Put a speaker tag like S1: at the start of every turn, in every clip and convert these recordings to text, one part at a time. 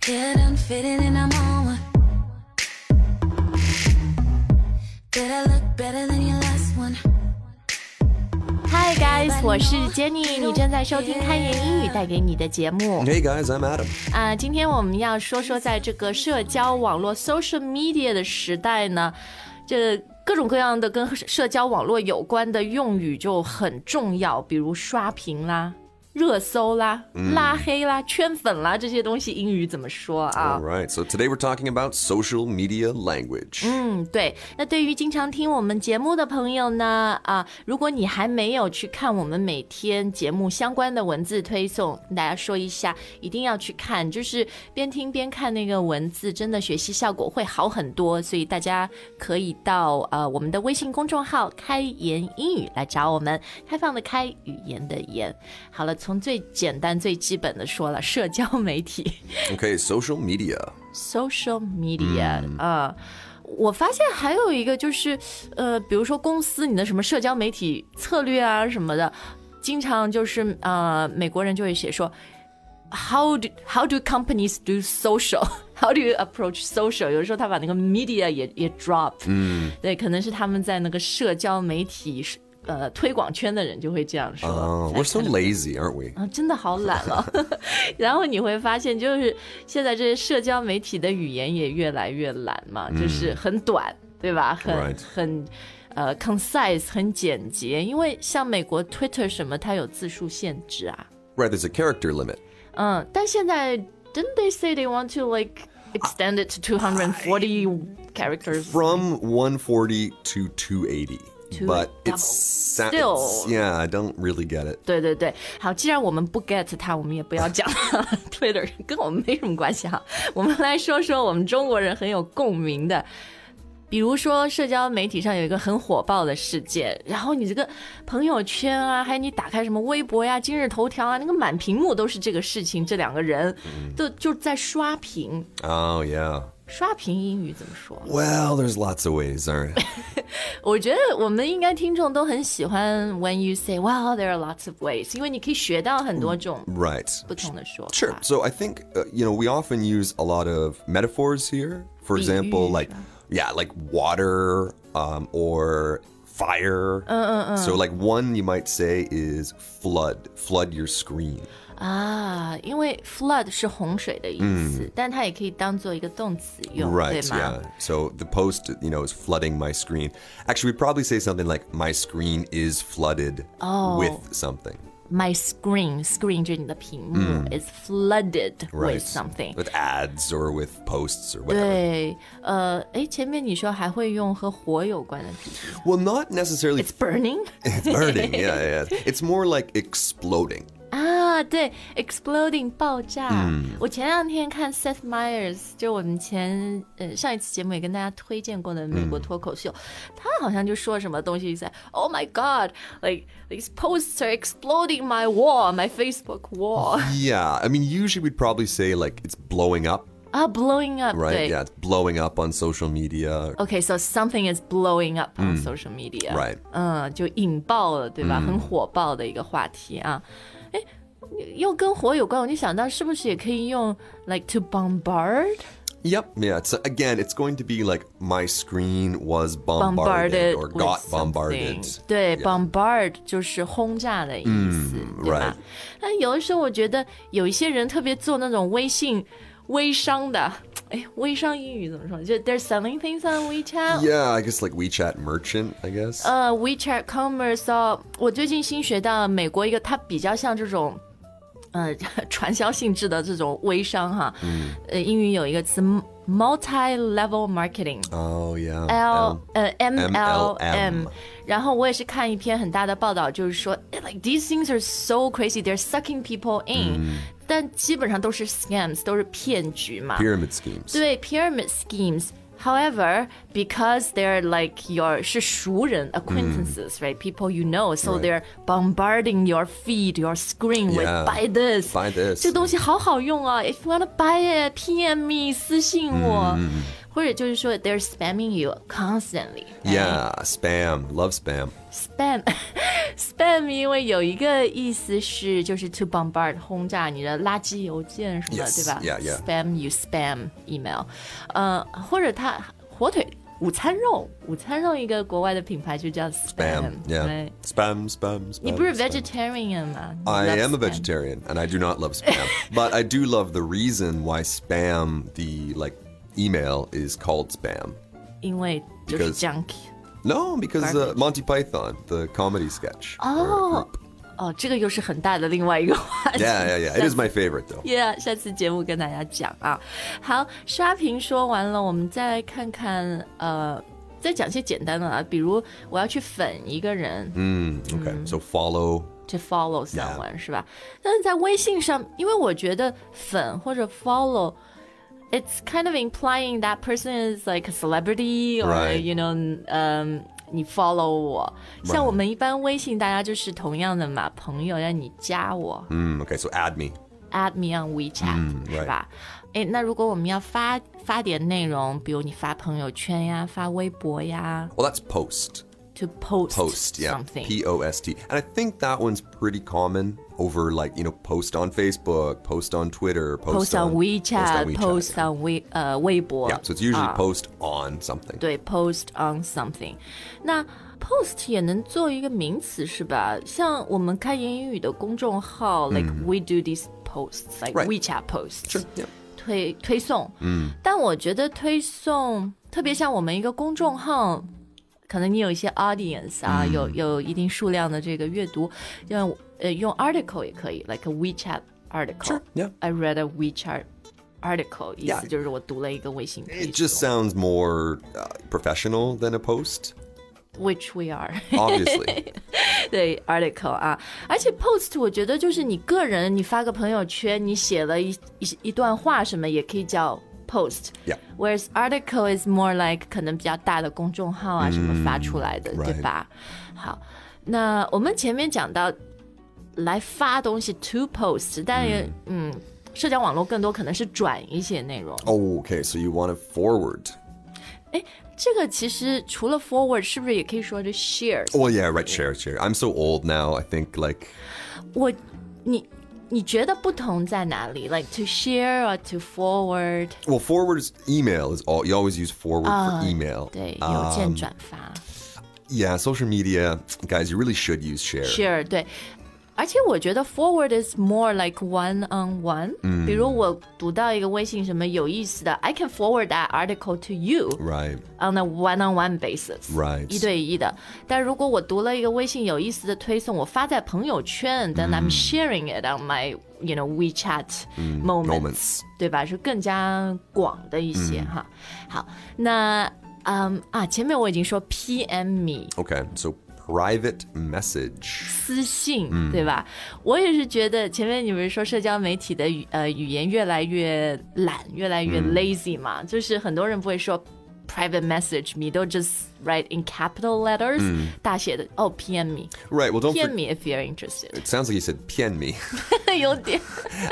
S1: Couldn't fit it in a moment. Better look better than your last one.
S2: Hi guys，我是 Jenny，你正在收听开言英语带给你的节目。
S3: Hey guys, I'm Adam.
S2: 啊、今天我们要说说，在这个社交网络 （social media） 的时代呢，这各种各样的跟社交网络有关的用语就很重要，比如刷屏啦、热搜啦、拉黑啦、圈粉啦这些东西，英语怎么说啊
S3: All right, so today we're talking about social media language.
S2: 嗯，对。那对于经常听我们节目的朋友呢，啊，如果你还没有去看我们每天节目相关的文字推送，跟大家说一下，一定要去看，就是边听边看那个文字，真的学习效果会好很多。所以大家可以到呃我们的微信公众号“开言英语”来找我们，开放的开，语言的言。好了，从最简单、最基本的说了，社交媒体。
S3: Okay, social media.
S2: social media
S3: 嗯
S2: 啊、我发现还有一个就是，呃，比如说公司你的什么社交媒体策略啊什么的，经常就是呃，美国人就会写说，how do how do companies do social？How do you approach social？有的时候他把那个 media 也也 drop，嗯，对，可能是他们在那个社交媒体呃推广圈的人就会这样说。
S3: Oh,
S2: 哎
S3: we're so lazy, aren't we?
S2: 啊， 真的好懒哦。然后你会发现，就是现在这些社交媒体的语言也越来越懒嘛，就是很短，对吧？很
S3: Right
S2: 很呃 concise，很简洁。因为像美国 Twitter 什么，它有字数限制啊。
S3: Right, there's a character limit.
S2: 嗯，但现在 didn't they say they want to like extend it to two hundred and forty characters?
S3: From 140 to 280.
S2: Two-
S3: but it's, sa- it's-
S2: Still.
S3: yeah, I don't really get it.
S2: 对对对，好，既然我们不 get 它，我们也不要讲 Twitter，跟我们没什么关系哈。我们来说说我们中国人很有共鸣的，比如说社交媒体上有一个很火爆的事件，然后你这个朋友圈啊，还有你打开什么微博呀、今日头条啊，那个满屏幕都是这个事情，这两个人都就在刷屏。
S3: Oh yeah.
S2: 刷屏英语怎么说？
S3: Well, there's lots of ways, aren't there?
S2: 我觉得我们应该听众都很喜欢 When you say Wow, there are lots of ways，因为你可以学到很多种
S3: right.
S2: 不同的说法。
S3: Sure. So I think uh, you know we often use a lot of metaphors here. For example, like yeah, like water um, or fire. So like one you might say is flood, flood your screen.
S2: 啊，因为 flood 是洪水的意思，但它也可以当做一个动词用，
S3: 嗯 Right.
S2: 对吗
S3: Yeah. So the post you know is flooding my screen. Actually, we probably say something like my screen is flooded Oh. with something.
S2: ？My screen screen 就是你的屏幕、is flooded
S3: 嗯 Right.
S2: with something。
S3: With ads or with posts or whatever.
S2: 对，呃，哎，前面你说还会用和火有关的词
S3: Well, not necessarily
S2: ，it's burning。
S3: it's burning. yeah, yeah. It's more like exploding.
S2: 啊，对，exploding 爆炸。
S3: 嗯
S2: 我前两天看 Seth Meyers，就我们前呃上一次节目也跟大家推荐过的美
S3: 嗯
S2: 国脱口秀，他好像就说什么东西在，Oh my God，like these posts are exploding my wall，my Facebook wall，
S3: Yeah, I mean, usually we'd probably say like it's blowing up,
S2: 啊，blowing up，
S3: right?
S2: 对
S3: Yeah, it's blowing up on social media.
S2: OK，so、something is blowing up on social media，
S3: Mm. right Mm.
S2: 嗯，就引爆了，对吧？很火爆的一个话题啊。哎，又跟火有关，我就想到是不是也可以用 like to bombard
S3: Yep. Yeah, it's again, it's going to be like my screen was bombarded, or
S2: with
S3: got
S2: something
S3: bombarded.
S2: 对，bombard 就是轰炸的意思，对吧
S3: Mm, right？
S2: 但有的时候我觉得有一些人特别做那种微信微商的，哎，微商英语怎么说？就 they're selling things on WeChat
S3: Yeah, I guess like WeChat merchant, I guess.
S2: 呃，WeChat Commerce 哦，我最近新学到美国一个，它比较像这种。呃，传销性质的这种微商哈，嗯、呃，英语有一个词 multi-level marketing，
S3: oh yeah.
S2: L
S3: um,
S2: 呃 M L M，
S3: MLM
S2: 然后我也是看一篇很大的报道，就是说，like these things are so crazy, they're sucking people in，、但基本上都是 scams，都是骗局嘛。
S3: pyramid schemes.
S2: 对 pyramid schemes. However, because they're like your 是熟人 acquaintances, right? People you know, so
S3: Mm. Right.
S2: they're bombarding your feed, your screen with
S3: Yeah.
S2: buy this,
S3: Buy this.
S2: 这东西好好用啊！If you wanna buy it, PM me 私信我，
S3: Mm.
S2: 或者就是说 they're spamming you constantly.
S3: Yeah, spam. Love spam.
S2: Spam spam 因为有一个意思是就是 to bombard 轰炸你的垃圾邮件什么的
S3: Yes,
S2: 对吧
S3: yeah, yeah.
S2: spam you spam email，呃，或者它火腿午餐肉，午餐肉一个国外的品牌就叫 spam，
S3: Spam.
S2: 对
S3: Yeah. Spam, spam, spam.
S2: 你不是
S3: spam.
S2: vegetarian 吗你
S3: I
S2: love
S3: am a
S2: spam
S3: vegetarian and I do not love spam. but I do love the reason why spam, the like email, is called spam.
S2: 因为就是
S3: Because-
S2: junk。
S3: No, because uh,
S2: Garbage.
S3: Monty Python, the comedy sketch. or
S2: Oh.
S3: group.
S2: 哦，这个又是很大的另外一个话题。
S3: Yeah, yeah, yeah. It is my favorite though.
S2: Yeah，下 次节目跟大家讲啊。好，刷屏说完了，我们再来看看呃，再讲些简单的啊，比如我要去粉一个人、
S3: Mm, okay. So follow.
S2: to follow someone 是吧？但是在微信上，因为我觉得粉或者 follow。It's kind of implying that person is like a celebrity or
S3: Right.
S2: you know，嗯、你 follow 我。像
S3: Right.
S2: 我们一般微信，大家就是同样的嘛，朋友让你加我，
S3: Mm, okay. So add me.
S2: add me on WeChat，、是
S3: 嗯
S2: 吧？哎，那如果我们要发发点内容，比如你发朋友圈呀，发微博呀
S3: Well, that's post.
S2: ，to post
S3: Post, yeah.
S2: something，
S3: P O S T. And I think that one's pretty common over like, you know, post on Facebook, post on Twitter, post,
S2: post on
S3: Post on
S2: WeChat,
S3: WeChat.
S2: post Ah. on 微呃微博
S3: Yeah, so it's usually
S2: 啊
S3: post on something.
S2: 对 post on something，那 post 也能做一个名词是吧？像我们看英语的公众号、l i k e we do these posts，like
S3: 嗯 Right.
S2: WeChat posts，
S3: Sure, yeah.
S2: 推推送，嗯，但我觉得推送特别像我们一个公众号，可能你有一些 audience 啊，有有一定数量的这个阅读，用呃用 article 也可以，like a WeChat article。
S3: Sure, yeah.
S2: I read a WeChat article，意
S3: Yeah. 哎
S2: 思就是我读了一个微信推
S3: It just
S2: 送
S3: sounds more uh, professional than a post,
S2: ，which we are。
S3: obviously.
S2: 对 article 啊，而且 post 我觉得就是你个人，你发个朋友圈，你写了一一一段话什么，也可以叫 post。
S3: Yeah.
S2: Whereas article is more like 可能比较大的公众号啊什么发出来的，对
S3: 嗯 right.
S2: 吧？好，那我们前面讲到来发东西 to post，但也嗯社交网络更多可能是转一些内容。
S3: oh, okay, so you want to forward.
S2: 哎，这个其实除了 forward，是不是也可以说是 share？
S3: Well, yeah, right, share, share. I'm so old now, I think, like,
S2: 我，你你觉得不同在哪里？Like to share or to forward？
S3: well, forward is email is all, you always use forward for email.
S2: 对，
S3: Uh,
S2: 邮件转发、
S3: yeah, social media, guys, you really should use share.
S2: share 对。而且我觉得 forward is more like one on one。比如我读到一个微信什么有意思的，I can forward that article to you。
S3: Right,
S2: on a one-on-one basis，
S3: Right.
S2: 一对一的。但如果我读了一个微信有意思的推送，我发在朋友圈，then
S3: Mm。
S2: I'm sharing it on my you know WeChat moments，,、
S3: moments
S2: 对吧？是更加广的一些、哈。好，那嗯啊，前面我已经说 PM me。
S3: okay, so private message.
S2: 私信，对吧？我也是觉得前面你们说社交媒体的语呃语言越来越懒，越来越 lazy 嘛，就是很多人不会说 private message me，都 just write in capital letters、大写的哦 PM me
S3: Right, well, don't
S2: PM
S3: for-
S2: me if you're interested，
S3: it sounds like you said pien me.
S2: 有点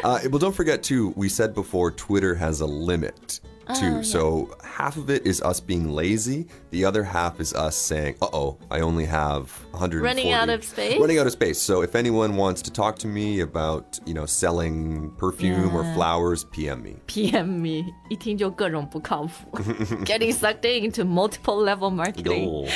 S3: Uh, well, don't forget too. We said before Twitter has a limit
S2: Ah,
S3: too. So half of it is us being lazy. The other half is us saying, "Uh oh, I only have 140
S2: Running out of space?
S3: Running out of space. So if anyone wants to talk to me about you know selling perfume or flowers, PM me.
S2: PM me，一听就各种不靠谱 ，getting sucked into multiple level marketing。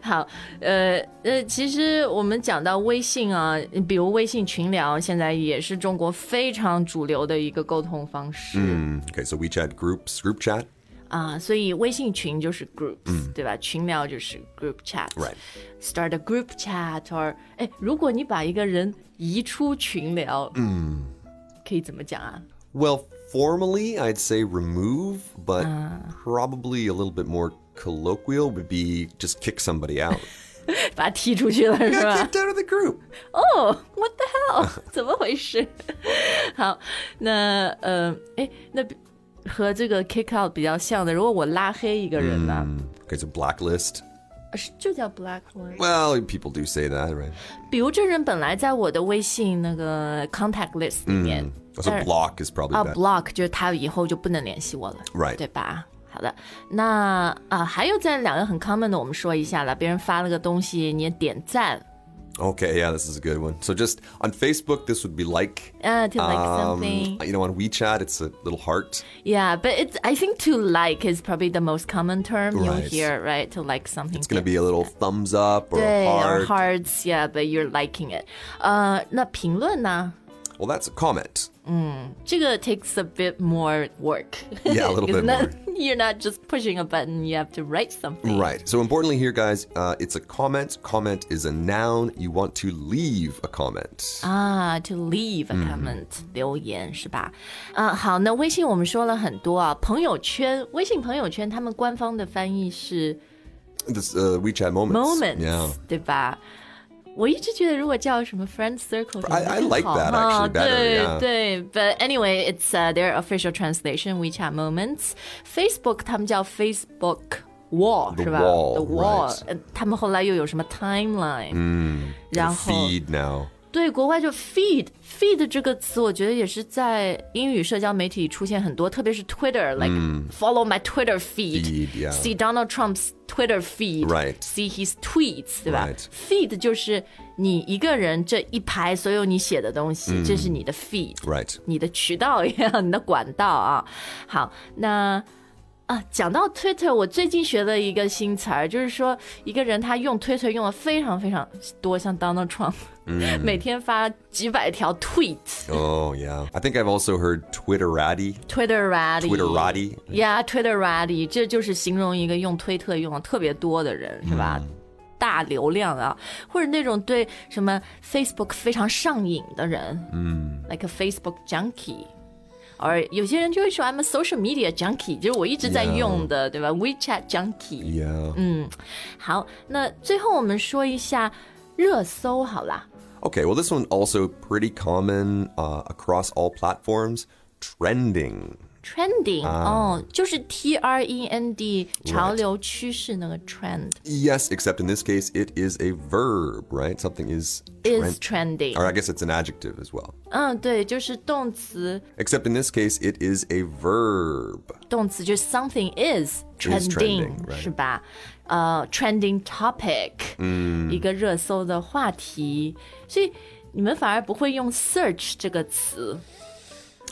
S2: 好，呃呃，其实我们讲到微信啊，比如微信群聊，现在也是中国非常主流的一个沟通方式、
S3: Mm, okay, so WeChat groups, group chat.
S2: 啊，所以微信群就是 groups，、对吧？群聊就是 group chat。
S3: Right.
S2: Start a group chat or，哎，如果你把一个人移出群聊，嗯，可以怎么讲啊？
S3: Well, formally, I'd say remove, but
S2: Ah.
S3: probably a little bit more colloquial would be just kick somebody out.
S2: 把他踢出去了是
S3: Got
S2: 吧？
S3: kicked out of the group.
S2: 哦、w h a t the hell？怎么回事？ 好，那呃，哎，那比和这个 kick out 比较像的，如果我拉黑一个人呢、呃
S3: Okay, so blacklist.
S2: 是就叫 black list。
S3: Well, people do say that, right?
S2: 比如这人本来在我的微信那个 contact list 里面，
S3: So
S2: 但是
S3: block is probably
S2: 啊
S3: bad.
S2: block 就是他以后就不能联系我了
S3: Right
S2: 对吧？好的，那啊、还有在两个很 common 的，我们说一下了，别人发了个东西，你也点赞。
S3: Okay, yeah, this is a good one. So just on Facebook, this would be like.
S2: Uh, to like something.
S3: You know, on WeChat, it's a little heart.
S2: Yeah, but it's I think to like is probably the most common term you'll
S3: Right.
S2: hear, right? To like something.
S3: It's gonna be a little thumbs up or a
S2: 对
S3: heart.
S2: or hearts, yeah, but you're liking it. 呃，那评论呢？
S3: Well, that's a comment.
S2: 这个 takes a bit more work.
S3: Yeah, a little bit
S2: It's not- You're not just pushing a button. You have to write something.
S3: Right. So importantly here, guys, uh, it's a comment. Comment is a noun. You want to leave a comment.
S2: 啊，to Ah, leave
S3: Mm-hmm.
S2: a comment、留言是吧？啊，好，那微信我们说了很多啊，朋友圈，微信朋友圈他们官方的翻译是
S3: This uh, WeChat moments.
S2: moments，、
S3: Yeah.
S2: 对吧？我一直觉得如果叫什么 friend circle 什么
S3: I- I
S2: 更
S3: like
S2: 好
S3: that
S2: 哈
S3: actually better,
S2: 对
S3: yeah.
S2: 对，but anyway it's、uh, their official translation WeChat moments。Facebook 他们叫 Facebook wall
S3: The
S2: 是吧
S3: wall,
S2: The wall，、
S3: right.
S2: 呃他们后来又有什么 timeline，嗯，然
S3: The
S2: 后
S3: feed now.
S2: 对，国外就 feed feed 这个词，我觉得也是在英语社交媒体出现很多，特别是 Twitter，like、follow
S3: 嗯
S2: my Twitter feed，see
S3: Feed, yeah.
S2: Donald Trump's Twitter
S3: Right.
S2: feed，see his tweets，对吧
S3: Right.
S2: ？feed 就是你一个人这一排所有你写的东
S3: 嗯
S2: 西，这是你的 feed，
S3: Right.
S2: 你的渠道一样，你的管道啊。 好，那。啊，讲到 Twitter，我最近学了一个新词儿，就是说一个人他用 Twitter 用的非常非常多，像 Donald Trump，、每 天发几百条 tweet，Twitter
S3: Oh yeah. I think I've also heard
S2: ready。
S3: Twitterati. Twitterati.
S2: Yeah, Twitter ready，这就是形容一个用推特用的特别多的人，是吧？
S3: 嗯
S2: 大流量啊，或者那种对什么 Facebook 非常上瘾的人，嗯，like a Facebook junkie。而有些人就会说 I'm a social media junkie，就是我一直在
S3: Yeah
S2: 用的对吧？WeChat junkie。
S3: Yeah.
S2: 好，那最后我们说一下热搜好啦。
S3: Okay. Well, this one also pretty common uh, across all platforms. Trending.
S2: Trending，、哦，
S3: 啊
S2: 就是 T R E N D 潮流趋势那个 trend
S3: Yes, except in this case, it is a verb, right? Something is
S2: is
S3: trend-
S2: trending。
S3: or I guess it's an adjective as well.
S2: 嗯，对，就是动词，
S3: Except in this case, it is a verb.
S2: 动词就是 something is
S3: Is
S2: trending，
S3: trending，right
S2: 是吧？呃、t r e n d i n g topic，嗯，一个热搜的话题，所以你们反而不会用 search 这个词。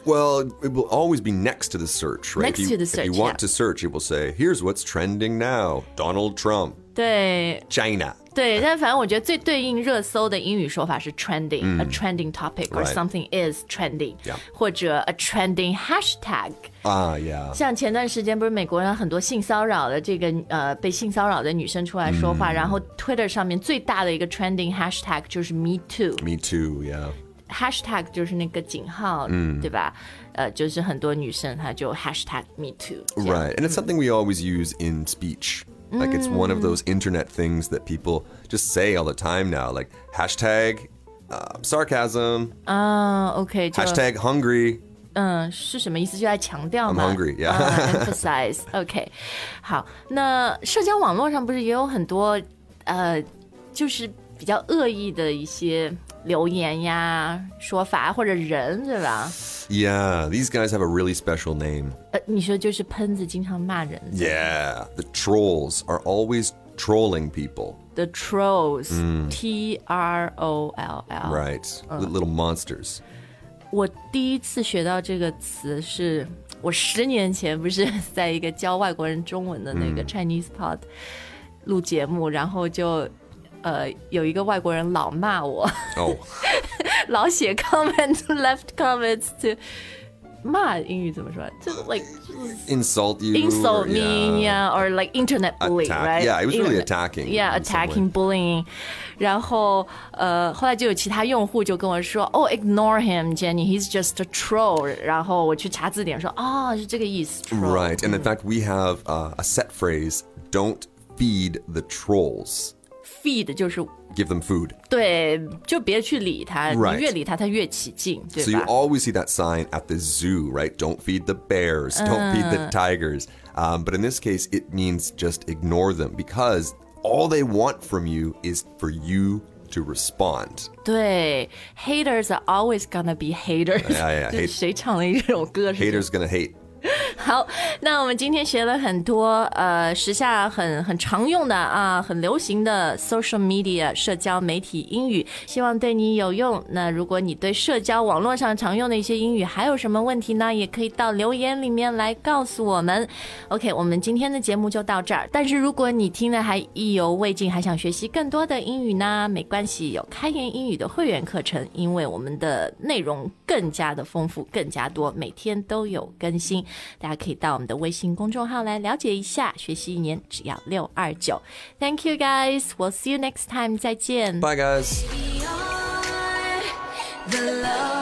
S3: Well, it will always be next to the search, right?
S2: Next
S3: if you,
S2: to the
S3: if
S2: search,
S3: you want
S2: yeah.
S3: to search, it will say, "Here's what's trending now: Donald Trump,
S2: 对
S3: China."
S2: 对，但反正我觉得最对应热搜的英语说法是 trending，a、trending topic or
S3: Right
S2: something is trending，、
S3: Yeah
S2: 或者 a trending hashtag。
S3: Ah, yeah.
S2: 像前段时间不是美国人很多性骚扰的这个呃被性骚扰的女生出来说
S3: 嗯
S2: 话，然后 Twitter 上面最大的一个 trending hashtag 就是 Me Too。
S3: Me too. Yeah.
S2: hashtag 就是那个井号，
S3: 嗯
S2: 对吧？呃，就是很多女生她就 hashtag me too 这样。
S3: Right, and it's something we always use in speech. Like it's one of those internet things that people just say all the time now, like hashtag uh, sarcasm,
S2: 嗯，OK，就
S3: hashtag hungry.
S2: 嗯是什么意思？就在强调嘛。
S3: I'm hungry, yeah.
S2: 啊 emphasize. OK，好，那社交网络上不是也有很多呃，就是比较恶意的一些留言呀、说法或者人，对吧？
S3: Yeah, these guys have a really special name.
S2: 呃，你说就是喷子经常骂人
S3: Yeah, the trolls are always trolling people.
S2: The trolls，T、R O L L。
S3: Right, li- little monsters.
S2: 我第一次学到这个词是，我十年前不是 在一个教外国人中文的那个 Chinese Pod 录节目，然后就呃有一个外国人老骂我，
S3: Oh,
S2: 老写 comments left comments to 骂英语怎么说？就 like
S3: insult you.
S2: insult
S3: or-
S2: me yeah
S3: yeah.
S2: or like internet bullying
S3: Attack-
S2: right
S3: yeah, it was really
S2: Internet-
S3: attacking
S2: yeah
S3: in some way.
S2: attacking bullying 然后呃后来就有其他用户就跟我说哦 ignore him Jenny he's just a troll 然后我去查字典说啊、是这个意思 troll
S3: Right, and in fact, we have uh, a set phrase don't feed the trolls,
S2: feed 就是
S3: give them food.
S2: 对，就别去理他
S3: Right
S2: 你越理他他越起劲，对
S3: So you
S2: 吧
S3: always see that sign at the zoo, right? Don't feed the bears, don't feed the tigers. Um, but in this case, it means just ignore them because all they want from you is for you to respond.
S2: 对，haters are always gonna be haters。
S3: 呀呀
S2: 这
S3: hate-
S2: 谁唱的一首歌是这样？
S3: Haters gonna hate.
S2: 好，那我们今天学了很多呃时下很很常用的啊，很流行的 social media 社交媒体英语，希望对你有用。那如果你对社交网络上常用的一些英语还有什么问题呢，也可以到留言里面来告诉我们。OK，我们今天的节目就到这儿。但是如果你听了还意犹未尽，还想学习更多的英语呢，没关系，有开言英语的会员课程，因为我们的内容更加的丰富，更加多，每天都有更新。大家可以到我们的微信公众号来了解一下，学习一年只要六二九。Thank you guys, we'll see you next time，再见。
S3: Bye, guys.
S1: Beyond the love.